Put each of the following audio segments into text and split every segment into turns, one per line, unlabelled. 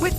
With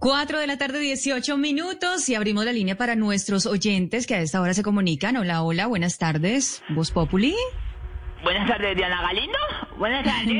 4 de la tarde, 18 minutos, y abrimos la línea para nuestros oyentes que a esta hora se comunican. Hola, hola, buenas tardes. ¿Vos Populi?
Buenas tardes, Diana Galindo. Buenas tardes.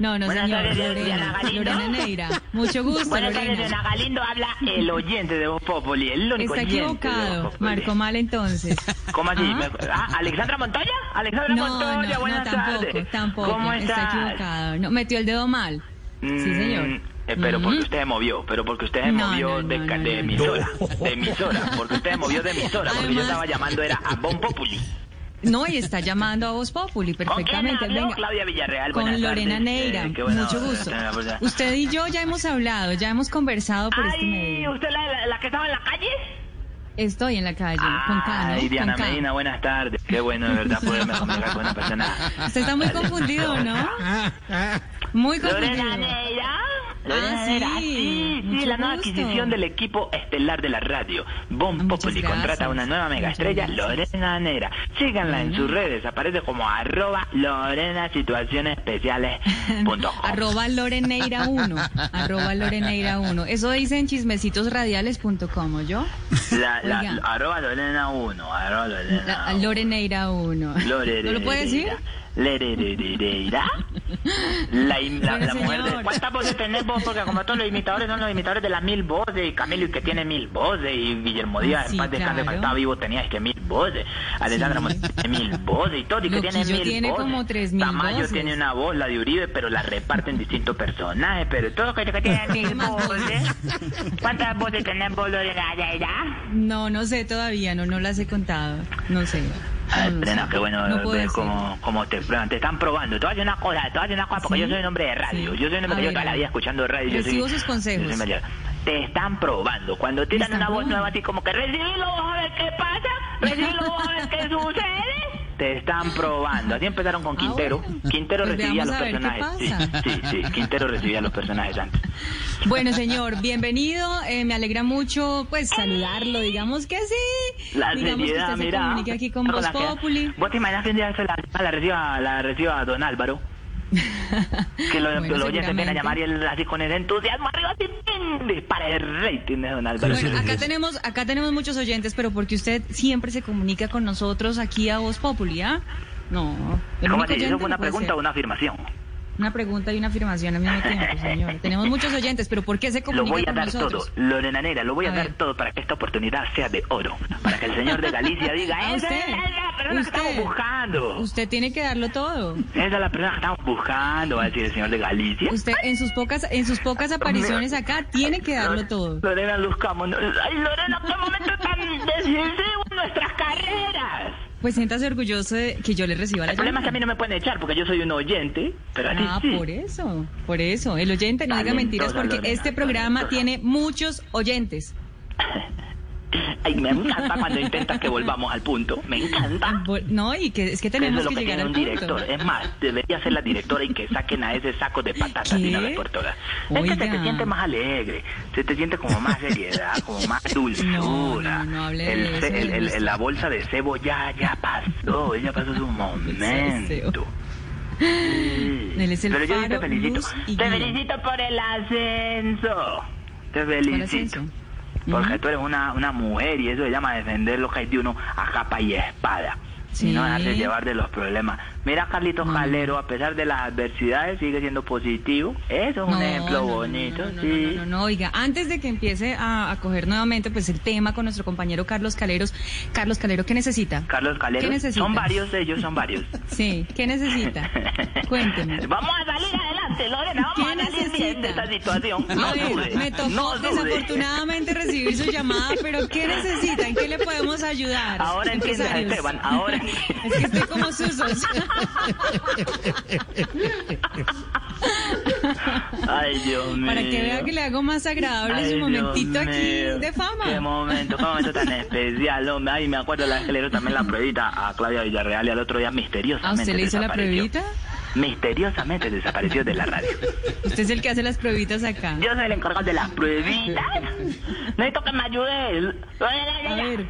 No, no, no,
Buenas
señor.
tardes, Diana
Lorena,
Galindo.
Lorena Neira. Mucho gusto,
Buenas tardes,
Lorena.
Diana Galindo. Habla el oyente de Voz Populi, el único
Está
oyente de Voz
equivocado.
Populi.
Marcó mal entonces.
¿Cómo así?
Ah.
Me- ah, ¿Alexandra Montoya? Alexandra
No, no,
Montoya,
no,
buenas
tampoco,
tardes.
tampoco.
¿Cómo
está
estás?
equivocado. No, metió el dedo mal. Sí,
Mm,
señor.
eh, pero
Ujú.
porque usted se movió, pero porque usted se
No,
movió
no,
de,
no,
ca-
no,
de
no.
emisora, de emisora, porque usted se movió de emisora, porque yo
Además-
estaba llamando era a Bon Populi.
No, y está llamando a Voz Populi
¿Con quién
perfectamente.
habló?
Venga.
Claudia Villarreal,
Con
buenas
Lorena
tardes.
Neira,
Eh, qué buena
mucho
onda.
gusto.
Eh, pues, eh.
Usted y yo ya hemos hablado, ya hemos conversado por este
Ay,
medio.
¿usted la, la- la que estaba en la calle?
Estoy en la calle, con K, ¿no?
Ay, Diana
Con K.
Medina, buenas tardes. Qué bueno, de verdad, poderme comunicar con una persona.
Usted está muy confundido, ¿no? Muy confundido.
Lorena Neira. Lorena
Ah,
Neira,
sí.
sí, sí,
Mucho
la nueva
gusto.
adquisición del equipo estelar de la radio.
Ah,
Bon
muchas
Populi
gracias.
contrata a una nueva mega estrella,
Muchas gracias.
Lorena Neira. Síganla en sus redes, aparece como arroba Lorena Situaciones Especiales punto com.
Arroba Loreneira 1. Arroba Loreneira 1. Eso dice en chismecitosradiales.com, ¿o yo?
La, la-
Oiga.
arroba Lorena 1, arroba Lorena
La-
1.
Loreneira 1. ¿No lo puede decir?
Lererereira. La, im- la,
Pero,
la mujer de...
señor.
¿Cuántas voces tenés vos? Porque como todos los imitadores son los imitadores de las mil voces, y Camilo y que tiene mil voces, y Guillermo Díaz
Ah, Sí,
en paz descanse,
claro.
cuando estaba vivo tenía es que mil voces, Alessandra
Sí.
Montiel tiene mil voces, y todo, y que tiene
Loquillo
mil
tiene
voces.
como tres mil
Tamayo
voces.
tiene una voz, la de Uribe, pero la reparten distintos personajes, pero todo que que tiene mil
Más
voces. ¿Cuántas voces tenés vos, Lorena? Neira?
No, no sé todavía, no, no las he contado. No sé.
Ay,
No, no
Ah, Lorena,
sé.
qué bueno
Mm,
eh,
No puedo
ver
decir.
cómo, cómo te prueban. Te están probando. Te voy a hacer una cosa, te voy a hacer una cosa, porque
¿Sí?
yo soy un hombre de radio.
Sí.
Yo soy un
A
hombre que
ver,
yo toda
a
la
ver.
vida escuchando radio. Yo
Recibo
soy-
sus consejos.
yo soy medio- te están probando. Cuando tiran
están
una voz
probando.
nueva, así como que recibilo, vos a ver qué pasa, recibilo, vos a ver qué sucede. Te están probando. Así empezaron con
Ah,
Quintero.
bueno.
Quintero
Pues
recibía a los
veamos a ver qué
personajes. Sí,
pasa.
sí, sí. Quintero recibía a los personajes antes.
Bueno, señor, bienvenido. eh, me alegra mucho, pues, saludarlo. Digamos que sí.
La
digamos que
seriedad,
usted se
mira.
comunique aquí con
Con
Voz
la que-
Populi.
¿Vos te imaginas que un día se la, la reciba, la reciba Don Álvaro? Que lo,
Bueno,
lo oyentes vienen
seguramente.
a llamar y él así con ese entusiasmo arriba así ¡pim! para el rating de Don Álvaro.
Bueno, acá tenemos, acá tenemos muchos oyentes, pero porque usted siempre se comunica con nosotros aquí a Voz Populi, ¿ah? No. el
¿Cómo
único
así?
oyente
¿Eso
no
fue una
puede
pregunta
ser.
o una afirmación?
Una pregunta y una afirmación al mismo tiempo, señor. tenemos muchos oyentes, pero ¿por qué se
Lo
comunica
voy a
con
dar todo,
nosotros?
Lorena Negra, lo voy a,
A
dar
ver.
todo para que esta oportunidad sea de oro. Para que el señor de Galicia diga,
A
esa
usted,
es la persona
usted.
que estamos buscando.
Usted tiene que darlo todo.
Esa es la persona que estamos buscando, va a decir el señor de Galicia.
Usted en sus pocas, en sus pocas apariciones acá tiene que darlo todo.
Lorena Luzcamo, no- ay Lorena, qué momento tan decisivo en nuestras carreras.
Pues siéntase orgulloso de que yo le reciba la
El problema es que a
llamada.
mí no me pueden echar porque yo soy un oyente, pero así
Ah,
sí.
por eso, por eso. El oyente no diga
Talentosa,
mentiras porque
Lorena,
este programa
talentosa.
tiene muchos oyentes.
Ay, me encanta cuando intentas que volvamos al punto. Me encanta.
Por- No, y que es que tenemos
Eso es lo
que
que
llegar
tiene
al
un
punto.
director. Es más, debería ser la directora y que saquen a ese saco de patatas
¿Qué?
de una vez por todas. Es que se
Oiga.
te siente más alegre, se te siente como más seriedad, como más dulzura.
No, no, no hable de
El
eso,
ce- el-
de
el-
eso.
la bolsa de cebo ya, ya pasó, ya pasó su momento. Sí.
Él es el
Pero yo sí
faro,
te felicito.
luz y
Te
guía.
felicito por el ascenso. Te
¿Cuál
felicito.
es eso?
Porque
Ujú.
tú eres una, una mujer y eso se llama defender lo que hay de uno a capa y espada.
Sí.
Y no dejarse llevar de los problemas. Mira, Carlitos
No.
Calero, a pesar de las adversidades, sigue siendo positivo. Eso es un ejemplo bonito,
no, no,
sí.
no, no, no, oiga, antes de que empiece a, a coger nuevamente pues el tema con nuestro compañero Carlos Caleros, Carlos Calero, ¿qué necesita?
Carlos
¿Qué
Calero,
necesitas?
son varios de ellos, son varios.
Sí, ¿qué necesita? Cuénteme.
Vamos a salir adelante, Lorena,
¿Qué
vamos a salir bien
necesita?
de esta situación. No
A ver,
dudes,
me tocó
no dudes.
desafortunadamente recibir su llamada, pero ¿qué necesitan? ¿Qué le podemos ayudar?
Ahora entiendes a
empresarios?
Esteban, ahora.
Es que estoy como susos.
Ay, Dios mío.
Para que vea que le hago más agradable
Ay,
su
Dios
momentito aquí
mío.
de
Qué
fama.
momento, qué momento tan especial, hombre. Ay, me acuerdo la que le hizo también la pruebita a Claudia Villarreal y al otro día
¿A
misteriosamente
¿Ah, usted le hizo la
desapareció.
pruebita?
Misteriosamente desapareció de la radio.
Usted es el que hace las pruebitas acá.
Yo soy el encargado de las pruebitas. Necesito que me ayudes.
ver, a ver.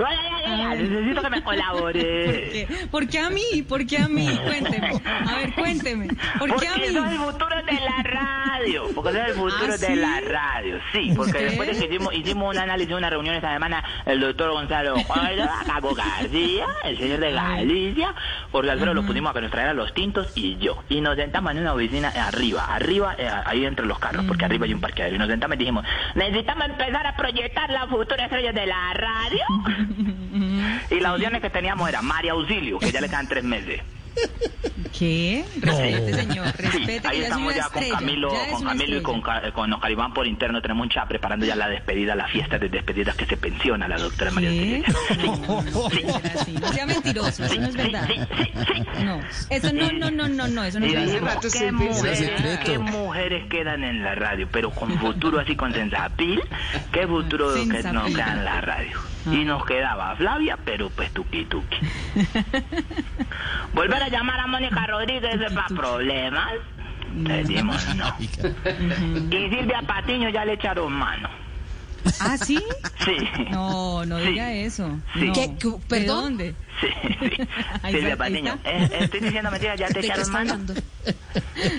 Necesito que me
¿Por
colabores.
qué? ¿Por qué a mí? ¿Por qué a mí? Cuénteme. A ver, cuénteme. ¿Por qué a
Porque soy el
mí?
futuro de la radio. Porque soy el futuro
¿Ah,
de
sí?
la radio. Sí, porque
¿Usted?
después de que hicimos, hicimos un análisis, una reunión esta semana, el doctor Gonzalo Córdoba, Cabo García, el señor de Galicia, Jorge Alfredo los pusimos a que nos trajeran los tintos y yo. Y nos sentamos en una oficina eh, arriba, arriba, eh, ahí entre los carros, porque arriba hay un parqueadero. Y nos sentamos y dijimos, necesitamos empezar a proyectar la futura estrella de la radio. y las opciones que teníamos era María Auxilio, que ya le quedan tres meses.
¿Qué? Respete, señor.
Sí,
Respete,
ahí
que ya es
estamos
una
ya con
estrella.
Camilo,
ya es
con
una
Camilo y
estrella.
con, Ca- con Oscar Iván por interno tenemos un chat preparando ya la despedida, la fiesta de despedida que se pensiona la doctora María
¿Qué?
Auxilio.
No, no será así. No sea mentiroso, eso no es verdad. No, eso no, no, no, no, no, eso no
Y
es
dijimos,
verdad.
¿qué, mujeres, qué mujeres quedan en la radio? Pero con futuro así, con sensapil, ¿qué futuro que
Sensapil.
nos queda en la radio? Y nos quedaba Flavia, pero pues tuqui tuqui. Volver a llamar a Mónica Rodríguez es para problemas. Le dimos no. Y Silvia Patiño ya le echaron mano.
¿Ah, sí?
Sí.
No, no
Sí.
diga eso.
Sí.
No.
¿Qué? ¿Qué?
¿De
¿Perdón?
dónde?
Sí, sí.
Ay, Martita.
Silvia Patiño, eh, eh, estoy diciendo mentiras, ya te
¿De qué
echaron
está
mano.
hablando?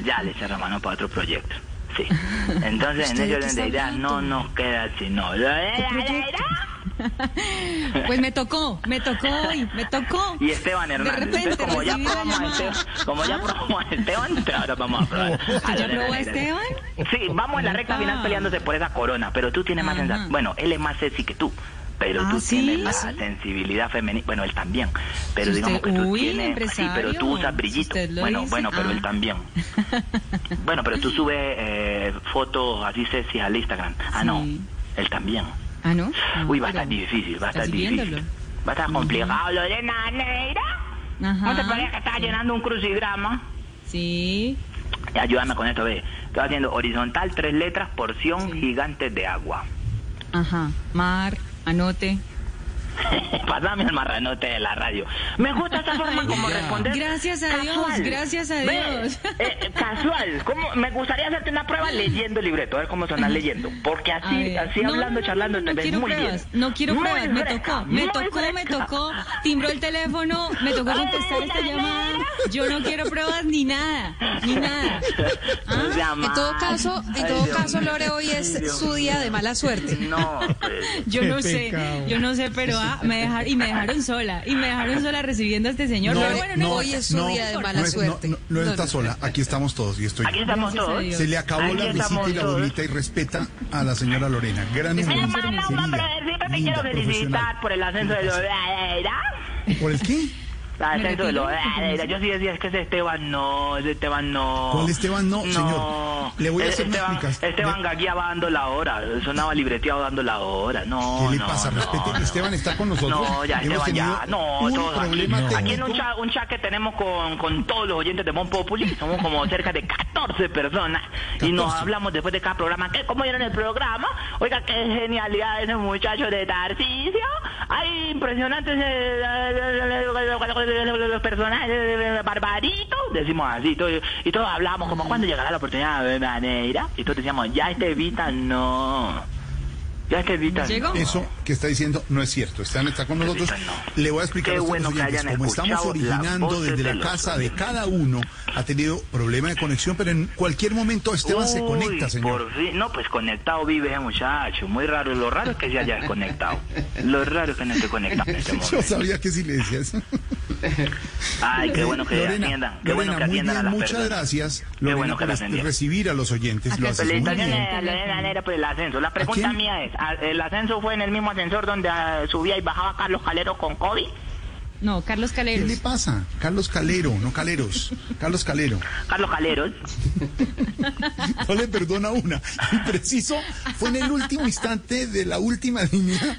Ya le echaron mano para otro proyecto. Sí. Entonces, en
¿Usted de
ello
qué está
de ideas no
hablando?
nos queda sino.
Pues me tocó, me tocó hoy, me tocó.
Y Esteban
De
Hernández.
repente
Entonces, como ya
recibí la
probamos a
llamada.
Esteban, como ya probamos a Esteban, entonces ahora vamos a probar.
¿Usted ya
Lorena
probó a
Herrera.
Esteban?
Sí, vamos en la recta final
Epa.
peleándose por esa corona, pero tú tienes más
Ajá.
sensibilidad. Bueno, él es más sexy que tú, pero
¿Ah,
tú
sí?
tienes la
¿Ah, sí?
sensibilidad femenina. Bueno, él también, pero
Si
digamos
usted-
que tú
uy,
tienes. Sí, pero tú
empresario,
usas
si
brillito.
usted lo
Bueno,
dice,
bueno, pero
ah.
él también. Bueno, pero tú subes eh, fotos así sexy al Instagram. Ah, no,
Sí.
él también.
Ah, ¿no? Ah,
Uy, va a estar
pero-
difícil, va a estar
¿estás
difícil.
viéndolo?
Va a estar complicado, Lorena Neira. ¿No te
Ajá.
parece que estás llenando un crucigrama?
Sí.
Ayúdame con esto, ve. Estoy haciendo horizontal, tres letras, porción, gigantes de agua.
Ajá. Mar, anote.
Pasame el marranote de la radio. Me gusta esa forma como responder.
Gracias a Dios, gracias a
Ve,
Dios.
eh, casual. ¿Cómo? Me gustaría hacerte una prueba leyendo el libreto, a ver cómo sonas leyendo. Porque
A
así,
ver.
así
No,
hablando,
no, no,
charlando,
no,
te
no
ves
quiero
muy
pruebas,
bien.
No quiero
Muy
pruebas, me
fresca,
tocó, me
muy
tocó, me
fresca.
tocó, timbró el teléfono, me tocó contestar esta llamada. Yo no quiero pruebas ni nada, ni nada.
No sea
En todo
mal.
caso, en
Ay,
todo
Dios
caso,
mío.
Lore, hoy
Ay, Dios
es su
mío.
día de mala suerte.
No, pues.
Yo no sé, yo no sé, pero ah, me dejaron, y me dejaron sola, y me dejaron sola recibiendo a este señor.
No,
pero bueno, no,
no, hoy es su día de mala
no
es-
suerte.
eh, No, no- no
No,
está
no.
sola, aquí estamos todos y estoy.
Aquí estamos
Gracias a
todos.
Dios.
Se le acabó
Aquí
la risita
estamos
y la
todos.
bonita y respeta a la señora Lorena. Gran mujer,
Hermana,
querida,
un brothercito, te quiero felicitar
linda,
pues.
profesional.
por el ascenso de Loreira.
¿Por el qué?
El ascenso
retiro,
de Loreira. Yo sí decía, es que ese Esteban no, ese Esteban no.
¿Cuál Esteban no, señor? Le voy a
Eh,
hacer unas
Esteban,
picas.
Esteban
Le-
Gaguiaba dando la hora, sonaba libreteado dando la hora. No,
¿Qué le
no,
pasa?
no,
Respete,
no.
Esteban está con nosotros.
No, ya,
Hemos
Esteban, ya.
tenido
No,
un
todos aquí.
problema
Aquí en
técnico.
un chat, un chat que tenemos con, con todos los oyentes de Mon Populi, somos como cerca de 14 personas y nos
14.
hablamos después de cada programa. ¿Qué, ¿Cómo vieron el programa? Oiga, qué genialidad ese muchacho de Tarcisio. Ay, impresionantes eh, los personajes, eh, barbarito, decimos así. todo- y todos hablamos como cuando llegará la oportunidad de manera. Y todos decíamos, ya este Vita no. Ya este Vita
Llegó.
no.
Eso que está diciendo no es cierto. Esteban está con nosotros.
no.
Le voy a explicar
Qué
a ustedes,
bueno que
oyentes,
hayan
como estamos
escuchado las
originando
voces
desde
de
la
los
casa de cada uno, ha tenido problema de conexión, pero en cualquier momento Esteban se
Uy,
conecta, señor.
Por fin. No, pues conectado vive ese muchacho. Muy raro. Lo raro es que se haya desconectado. Lo raro es que no esté conectado en este
Yo
momento.
sabía que sí le decías.
Ay, qué bueno que
Lorena,
atiendan. Qué
Lorena,
bueno que
muy
atiendan
bien,
a las
muchas
personas.
gracias,
Qué
Lorena,
bueno que
por
la
es-
atendieron.
recibir a los oyentes. Lo haces muy
Felicitaciones
bien.
a Lorena Lanera por el ascenso. La pregunta
quién?
mía es, ¿a- ¿el ascenso fue en el mismo ascensor donde ah, subía y bajaba Carlos Calero con COVID?
No, Carlos
¿Qué le
Caleros.
pasa? Carlos Calero, no Caleros. Carlos Calero.
Carlos Calero.
No le perdona una. Preciso, fue en el último instante de la última línea.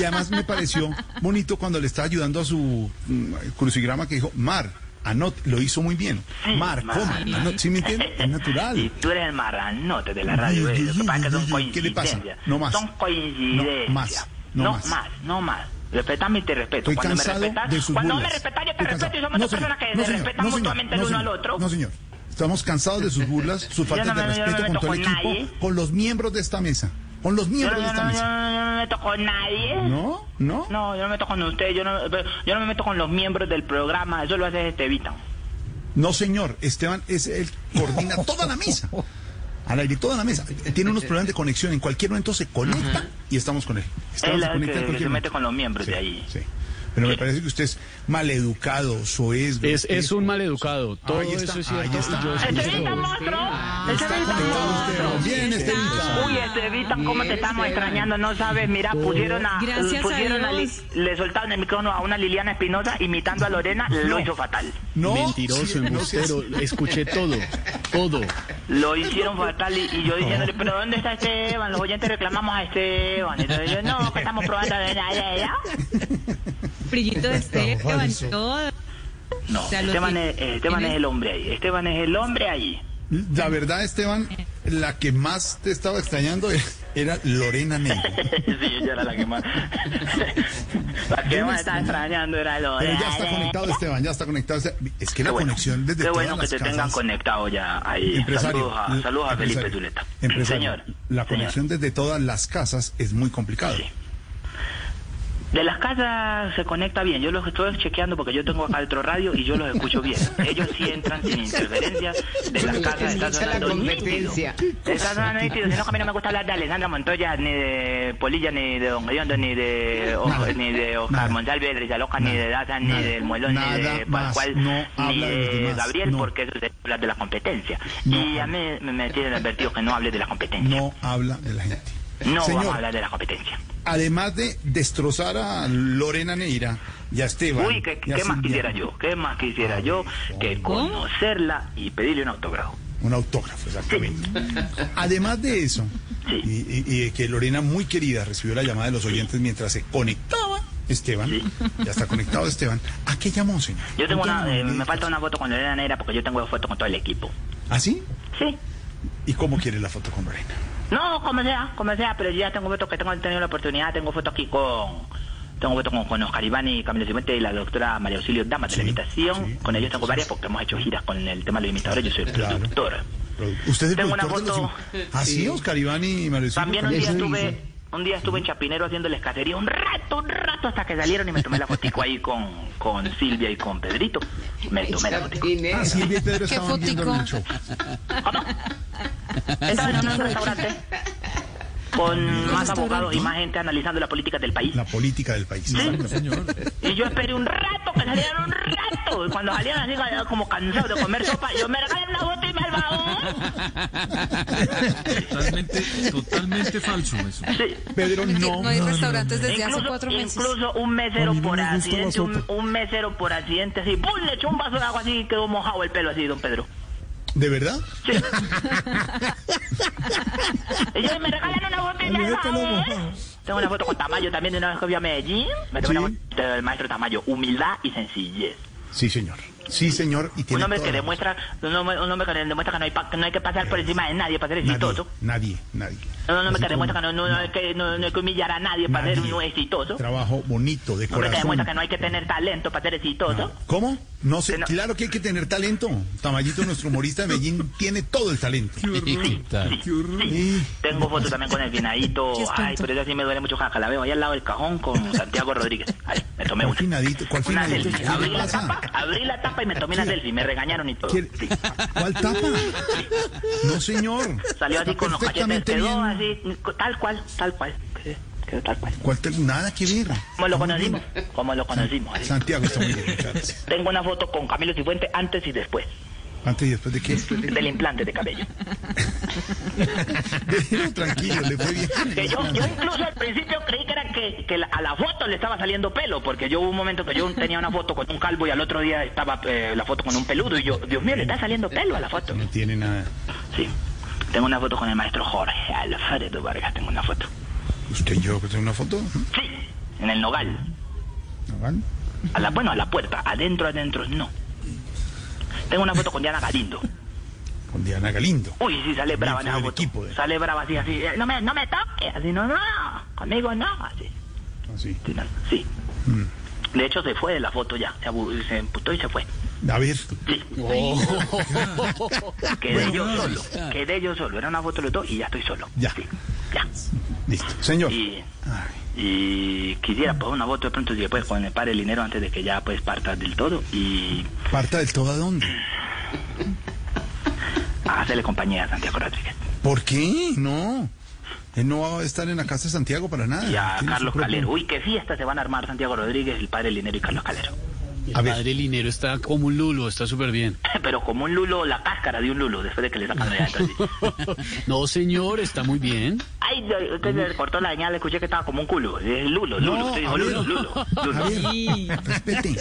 Y además me pareció bonito cuando le estaba ayudando a su mm, crucigrama que dijo, Mar, Anot lo hizo muy bien. Mar, coma,
Mar.
anot, ¿sí me entiendes? Es
Y
natural.
tú eres el marranote de la radio.
Uy, uy,
eh, Lo que pasa es que son
uy, uy, ¿qué le pasa?
coincidencias.
No más.
Son coincidencias.
No más, no más.
no más. Respetame y te respeto.
Estoy
cuando me
cansado
respetas,
de sus
cuando
burlas.
me respetas, yo te
Estoy
respeto
cansado.
y somos
No,
dos personas que
señor, no,
se
señor,
respetan
no, señor,
mutuamente
no,
el uno al
señor,
otro.
No, señor. Estamos cansados de sus burlas, sus
Yo
faltas
no me-
de
yo no me
respeto
meto
con todo el
con
equipo,
nadie.
con los miembros de esta mesa. Con los
Yo no,
miembros de
yo
esta
no, yo
mesa.
no- yo no me meto con nadie.
No, no.
No, yo no me meto con usted, yo no, yo no me meto con los miembros del programa, eso lo hace este Estevita.
No, señor. Esteban es el coordina toda la mesa. Al aire, toda la mesa. Tiene unos problemas de conexión. En cualquier momento se conecta y estamos con él. Esteban
Él es el
conecta
que-
en
que se mete
cualquier momento.
con los miembros de ahí.
Sí. Pero me parece que usted es maleducado, soez,
Es, es
grotesco.
un maleducado. Todo
Ahí está,
eso es cierto.
ahí está.
Yo
Ahí
escucho.
¡Estevita, Este monstruo! Este
Está
¡Estevita,
conectado
monstruo!
usted. Bien, Estevita.
Uy, Estevita, ¿cómo te estamos extrañando? No sabes, mira, pusieron a.
Gracias a
pusieron Li-
Dios.
le soltaron el micrófono a una Liliana Espinosa imitando a Lorena, lo hizo fatal.
No,
Mentiroso,
sí, no seas-
embustero. Escuché todo. Todo.
Lo hicieron fatal y, y yo diciéndole, ¿pero dónde está Esteban? Los oyentes reclamamos a Esteban. Entonces yo, no, que estamos probando de allá, allá.
Frillito de Esteban, todo.
No,
O sea, lo
Esteban,
que-
es, eh, Esteban es el hombre ahí. Esteban es el hombre ahí.
La verdad, Esteban, la que más te estaba extrañando era Lorena Negro.
sí, ella era la que más. la que más estaba extrañando era
Pero
Lorena.
ya está conectado, Esteban, ya está conectado. Esteban. Es que
Qué
la
bueno.
conexión desde
Qué
todas
bueno que
las
te
casas...
tengan conectado ya ahí.
Empresario,
saludos a,
l-
saludos a Felipe
empresario,
Zuleta.
empresario,
Señor.
La
señor.
conexión desde todas las casas es muy complicada.
Sí. De las casas se conecta bien. Yo los estoy chequeando porque yo tengo acá otro radio y yo los escucho bien. Ellos sí entran sin interferencias. De las casas está sonando competencia. Está sonando nítido. Si no, que a mí no me gusta hablar de Alessandra Montoya, ni de Polilla, ni de Don Gediondo, ni de, O-
Nada.
ni de Oscar
Nada.
Monsalve, de Rizaloca, ni
Nada.
de Daza, ni
Nada.
del Muelón, ni
Nada
de
más.
Pascual,
No
ni
habla de los
de
demás.
Gabriel,
No.
porque eso es hablar de la competencia.
No.
Y a mí me, me tienen advertido que no hable de la competencia.
No habla de la gente.
No
Señor,
vamos a hablar de la competencia.
además de destrozar a Lorena Neira y a Esteban...
Uy, ¿qué,
y a
qué más
Silvia,
quisiera yo? ¿Qué más quisiera yo que conocerla y pedirle un autógrafo?
Un autógrafo, exactamente. Además de eso,
Sí.
y, y- y de que Lorena, muy querida, recibió la llamada de los oyentes mientras se conectaba Esteban, ya está conectado Esteban, ¿a qué llamó, señor?
Yo tengo una,
Cuéntame,
eh, me
médico.
falta una foto con Lorena Negra porque yo tengo foto con todo el equipo.
¿Ah, sí?
Sí.
¿Y cómo quiere la foto con Lorena?
No, como sea, como sea, pero yo ya tengo fotos que tengo tenido la oportunidad, tengo fotos aquí con... Tengo fotos con, con Oscar Iván y Camilo Cifuentes y la doctora María Auxilio Damas de la imitación.
sí.
con ellos tengo varias porque hemos hecho giras con el tema de los imitadores, yo soy el
Claro.
productor.
Usted es el
Tengo una
productor de los
foto.
im- Ah, sí, Oscar Iván y Mario Silvio
También un
Camilo.
día estuve, un día estuve en Chapinero haciéndoles cacería un rato, un rato hasta que salieron y me tomé la fotico ahí con, con Silvia y con Pedrito. Me tomé la fotico.
Ah, Silvia y Pedro estaban viendo
fotico.
el show.
Estaba en un restaurante con más abogados y más gente analizando la política del país.
La política del país. Exacto.
Y yo esperé un rato, que salieron un rato. Y cuando salieron así como cansados de comer sopa, yo me regalé una foto y me albagó.
Totalmente, totalmente falso eso.
Sí.
Pedro, no.
No hay restaurantes desde hace
incluso,
cuatro meses.
incluso un mesero
A mí no
por
me gusta la
accidente, un,
sopa.
un mesero por accidente así, ¡pum! le echó un vaso de agua así y quedó mojado el pelo así, don Pedro.
¿De verdad?
Sí. y yo me regalan una botella de agua. Tengo una foto con Tamayo también de una vez que fui a Medellín. Me tomé una
Sí.
foto del maestro Tamayo, humildad y sencillez.
Sí, señor. Sí, señor. Y tiene
Un hombre que
toda la razón.
demuestra, un hombre, un hombre que demuestra que no hay, pa- que no hay que pasar por encima de nadie para ser exitoso.
Nadie, nadie.
Un hombre
Así
que demuestra que
como
no, no- no hay que, no- no hay que humillar a nadie, para
nadie.
ser un exitoso.
Trabajo bonito, de
Un hombre que
corazón. Ah,
demuestra que no hay que tener talento para ser exitoso.
¿Cómo? No sé,
Que no-
claro que hay que tener talento. Tamayito, nuestro humorista de Medellín, tiene todo el talento.
Sí, tengo fotos también con el finadito. Ay, pero esa sí me duele mucho, jaja. La veo ahí al lado del cajón con Santiago Rodríguez. Ay, me tomé
¿Cuál
una.
finadito? ¿Cuál
Una
finadito?
selfie.
¿Qué
Abrí
le
la tapa,
pasa?
abrí la tapa y me tomé una selfie. Me regañaron y todo.
¿Quiere-
Sí.
¿Cuál tapa? No, señor.
Salió así
Está
con los cachetes,
perfectamente
quedó
bien.
así, tal cual, tal cual. Quedó- Quedó tal cual.
¿Cuál te- Nada que ver.
Como lo
Está muy
conocimos,
bien.
como lo conocimos. así.
Santiago está muy bien. muchas gracias.
Tengo una foto con Camilo Cifuente antes y después
Antes y después de qué.
del implante de cabello.
Déjelo tranquilo, le fue bien.
Que yo, yo incluso al principio creí que era que, que la- a la foto le estaba saliendo pelo, porque yo hubo un momento que yo tenía una foto con un calvo y al otro día estaba eh, la foto con un peludo y yo, Dios mío, le está saliendo pelo a la foto.
No tiene nada.
Sí. Tengo una foto con el maestro Jorge Alfredo Vargas, tengo una foto.
¿Usted y yo pues, una foto?
Sí, en el nogal.
¿No van?
A la, bueno, a la puerta, adentro, adentro, no. Tengo una foto con Diana Galindo.
Con Diana Galindo.
Uy, sí, sale brava en
Miembro
esa
del
foto.
equipo de-
Sale brava así, así. eh, No me, no me toque. Así, no, no. Conmigo no. Así,
Así.
sí, no, sí.
Mm.
De hecho, se fue de la foto ya. Se, abu- se emputó y se fue.
A ver.
Sí. Quedé yo solo. Quedé yo solo. Era una foto de los dos y ya estoy solo.
Ya.
Sí, ya.
Listo. Señor.
Y,
Ay,
y quisiera pues una foto de pronto y después con el par el dinero antes de que ya pues partas del todo y
¿Parta del todo a dónde?
hacerle compañía a Santiago Rodríguez.
¿Por qué? No. Él no va a estar en la casa de Santiago para nada.
Y a
Tiene su
Carlos
propio-
Calero. Uy, qué fiesta se van a armar Santiago Rodríguez, el padre Linero y Carlos Calero.
El
A ver.
padre Linero está como un lulo, está súper bien.
Pero como un lulo, la cáscara de un lulo, después de que le sacan la llanta así.
No, señor, está muy bien.
Ay, no, que se le cortó la señal, escuché que estaba como un culo. Es lulo, lulo,
No,
usted
a
dijo
ver.
lulo, lulo, lulo.
Respete.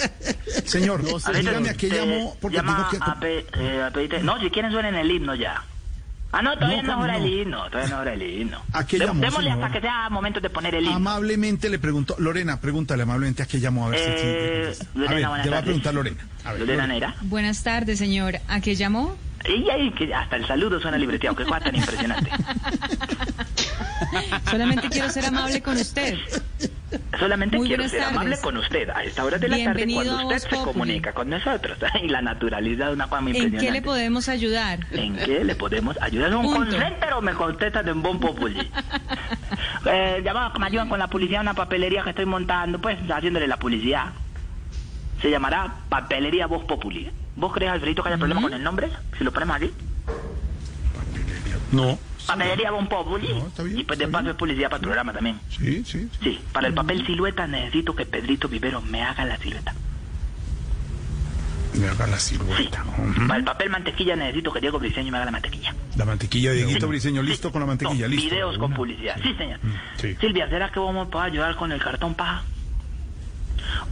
Señor,
A ver,
dígame a qué
te-
llamó porque
llama
tengo que...
a pe- eh, a pedirte- No, si quieren suenen el himno ya. Ah, no, todavía
No,
no, es hora
no.
el himno, todavía no es hora el himno.
¿A qué
Dé-
llamó,
Démosle
señor?
hasta que sea momento de poner el himno.
Amablemente le preguntó... Lorena, pregúntale amablemente a qué llamó. A ver si-
Eh,
si...
Lorena,
a ver,
buenas
te va a
tardes.
preguntar Lorena. A ver,
Lorena Neira.
Buenas tardes, señor. ¿A qué llamó?
Y ahí que hasta el saludo suena libreteado, qué cosa tan impresionante.
Solamente quiero ser amable con usted.
Solamente
Muy
quiero
buenas
ser
tardes.
amable con usted a esta hora de la
Bienvenido
tarde
a
cuando
Voz
usted se
Populi.
comunica con nosotros. Y la naturalidad de una cosa muy
¿En qué le
impresionante.
podemos ayudar?
¿En qué le podemos ayudar? ¿Un
Punto.
consenter o me contesta de un bon populi? eh, llamaba que me ayudan con la publicidad de una papelería que estoy montando, pues haciéndole la publicidad. Se llamará Papelería Voz Populi. ¿Vos crees, Alfredito, que haya problema con el nombre? Si lo ponemos aquí.
No.
Papelería Voz Populi.
No, está bien,
y pues de
está
paso
bien.
es publicidad para el programa también.
Sí, sí. sí.
Sí, para el papel silueta necesito que Pedrito Vivero me haga la silueta.
Me haga la
Sí.
silueta.
Para el papel mantequilla necesito que Diego Briceño me haga la mantequilla.
La mantequilla, Dieguito Briseño, listo
Sí.
con la
No,
mantequilla, listo.
Videos con
Una.
publicidad. Sí, señor.
sí.
Silvia, ¿será que vos me podés ayudar con el cartón paja?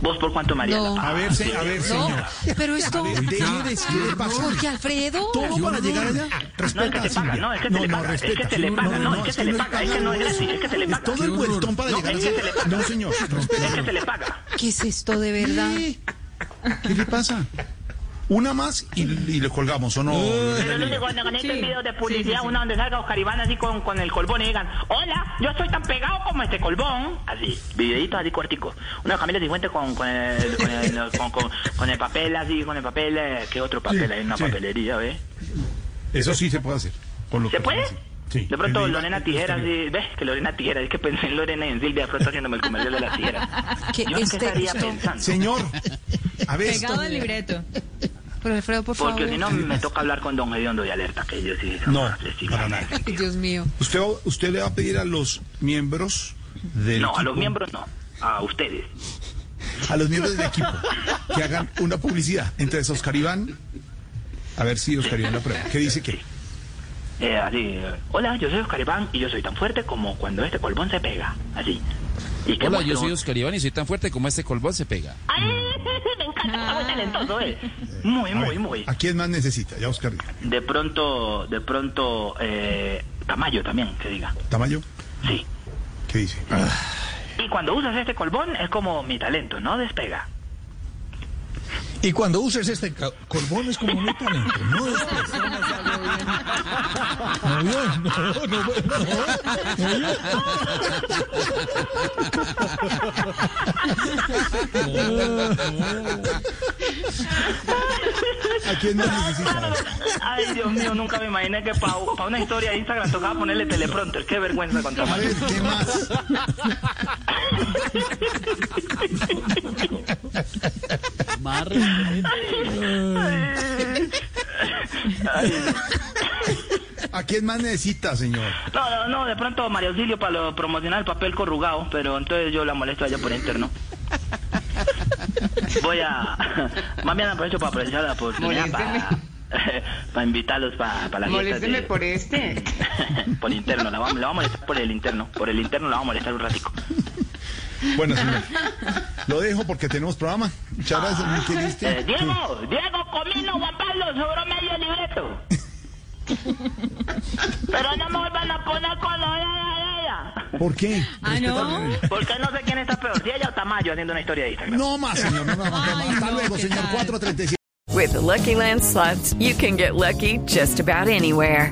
¿Vos por cuánto, María?
No.
A ver, se- a ver,
No,
Oh,
señor.
pero esto.
Deje de escribir
Jorge Alfredo.
Todo para llegar allá.
No, es que
Respeta,
te paga,
Silvia.
no, es que te le paga, es que te le paga, no, es que te le paga, es que no es gratis, es que te le paga.
Todo el vueltón para
No,
llegar
es que te le
allá.
paga.
No, señor. respeta.
Es que se le paga.
¿Qué es esto de verdad?
¿Qué le pasa? Una más y, y le colgamos, ¿o no?
Pero lo único que necesito es video de publicidad, una donde salga Oscar Iván así con, con el colbón y digan, hola, yo soy tan pegado como este colbón. Así, videitos así cortico. Una de Camila 50 con, con, el, con, el, con, con- con el papel así, con el papel, eh, ¿qué otro papel
Sí,
hay en una
sí.
papelería, eh?
Eso sí se puede hacer. con lo
¿Se
que
puede?
tenemos. Sí. este
De pronto
El-
Lorena
el-
Tijeras,
el-
sí, ves que Lorena Tijeras, es que pensé en Lorena y en Silvia de pronto haciéndome el comercial de las tijeras.
Que
Yo en qué
este-
estaría
esto-
pensando.
Señor, a ver.
Pegado al libreto.
Pero Alfredo, por favor.
Porque si no me toca hablar con Don Gediondo y Alerta, que yo sí.
No,
le sigo
para
en
nada.
ese sentido.
Dios mío.
Usted, usted le va a pedir a los miembros del
No, a los
equipo-
miembros no, a ustedes.
a los miembros del equipo que hagan una publicidad. Entonces, Oscar Iván, a ver si Oscar Iván la prueba. ¿Qué dice qué?
Eh, así, eh, hola, yo soy Oscar Iván y yo soy tan fuerte como cuando este colbón se pega. Así. ¿Y qué
Hola,
muestro?
yo soy Oscar Iván y soy tan fuerte como este colbón se pega.
¡Ay! Me encanta, está muy talentoso, ¿eh? Muy,
A
muy,
ver,
muy.
¿A quién más necesita? Ya, Oscar Iván.
De pronto, de pronto, eh, Tamayo también, que diga.
¿Tamayo?
Sí.
¿Qué dice?
Y cuando usas este colbón es como mi talento, ¿no? Despega.
Y cuando uses este ca- colbón es como muy talento. No es pues. No vio, no, no, no, no vio.
¿A quién más necesita?
Ay, Dios mío, nunca me imaginé que para una historia de Instagram tocaba ponerle teleprompter. Qué vergüenza con
A
Tamayo.
ver, ¿qué más? ¿A quién más necesita, señor?
No, no, no, de pronto María Auxilio para lo- promocionar el papel corrugado, pero entonces yo la molesto allá por interno. Voy a... Más bien aprovecho para aprovechar la oportunidad para... para invitarlos para, para la fiesta. de-
este.
por interno, la vamos, la vamos a molestar por el interno. Por el interno la vamos a molestar un ratico.
Bueno, señor, lo dejo porque tenemos programa. Muchas gracias, mi querido
Eh,
Esteban.
Diego, Diego Comino, Juan Pablo, sobró medio libreto. Pero no me vuelvan a poner con la ella, ella, ella.
¿Por qué?
Ah, ¿no?
Porque no sé quién está peor, si ella o Tamayo haciendo una historia de Instagram.
No más, señor. No más, no más. Hasta luego, señor. 437.
With the Lucky Land slots, you can get lucky just about anywhere.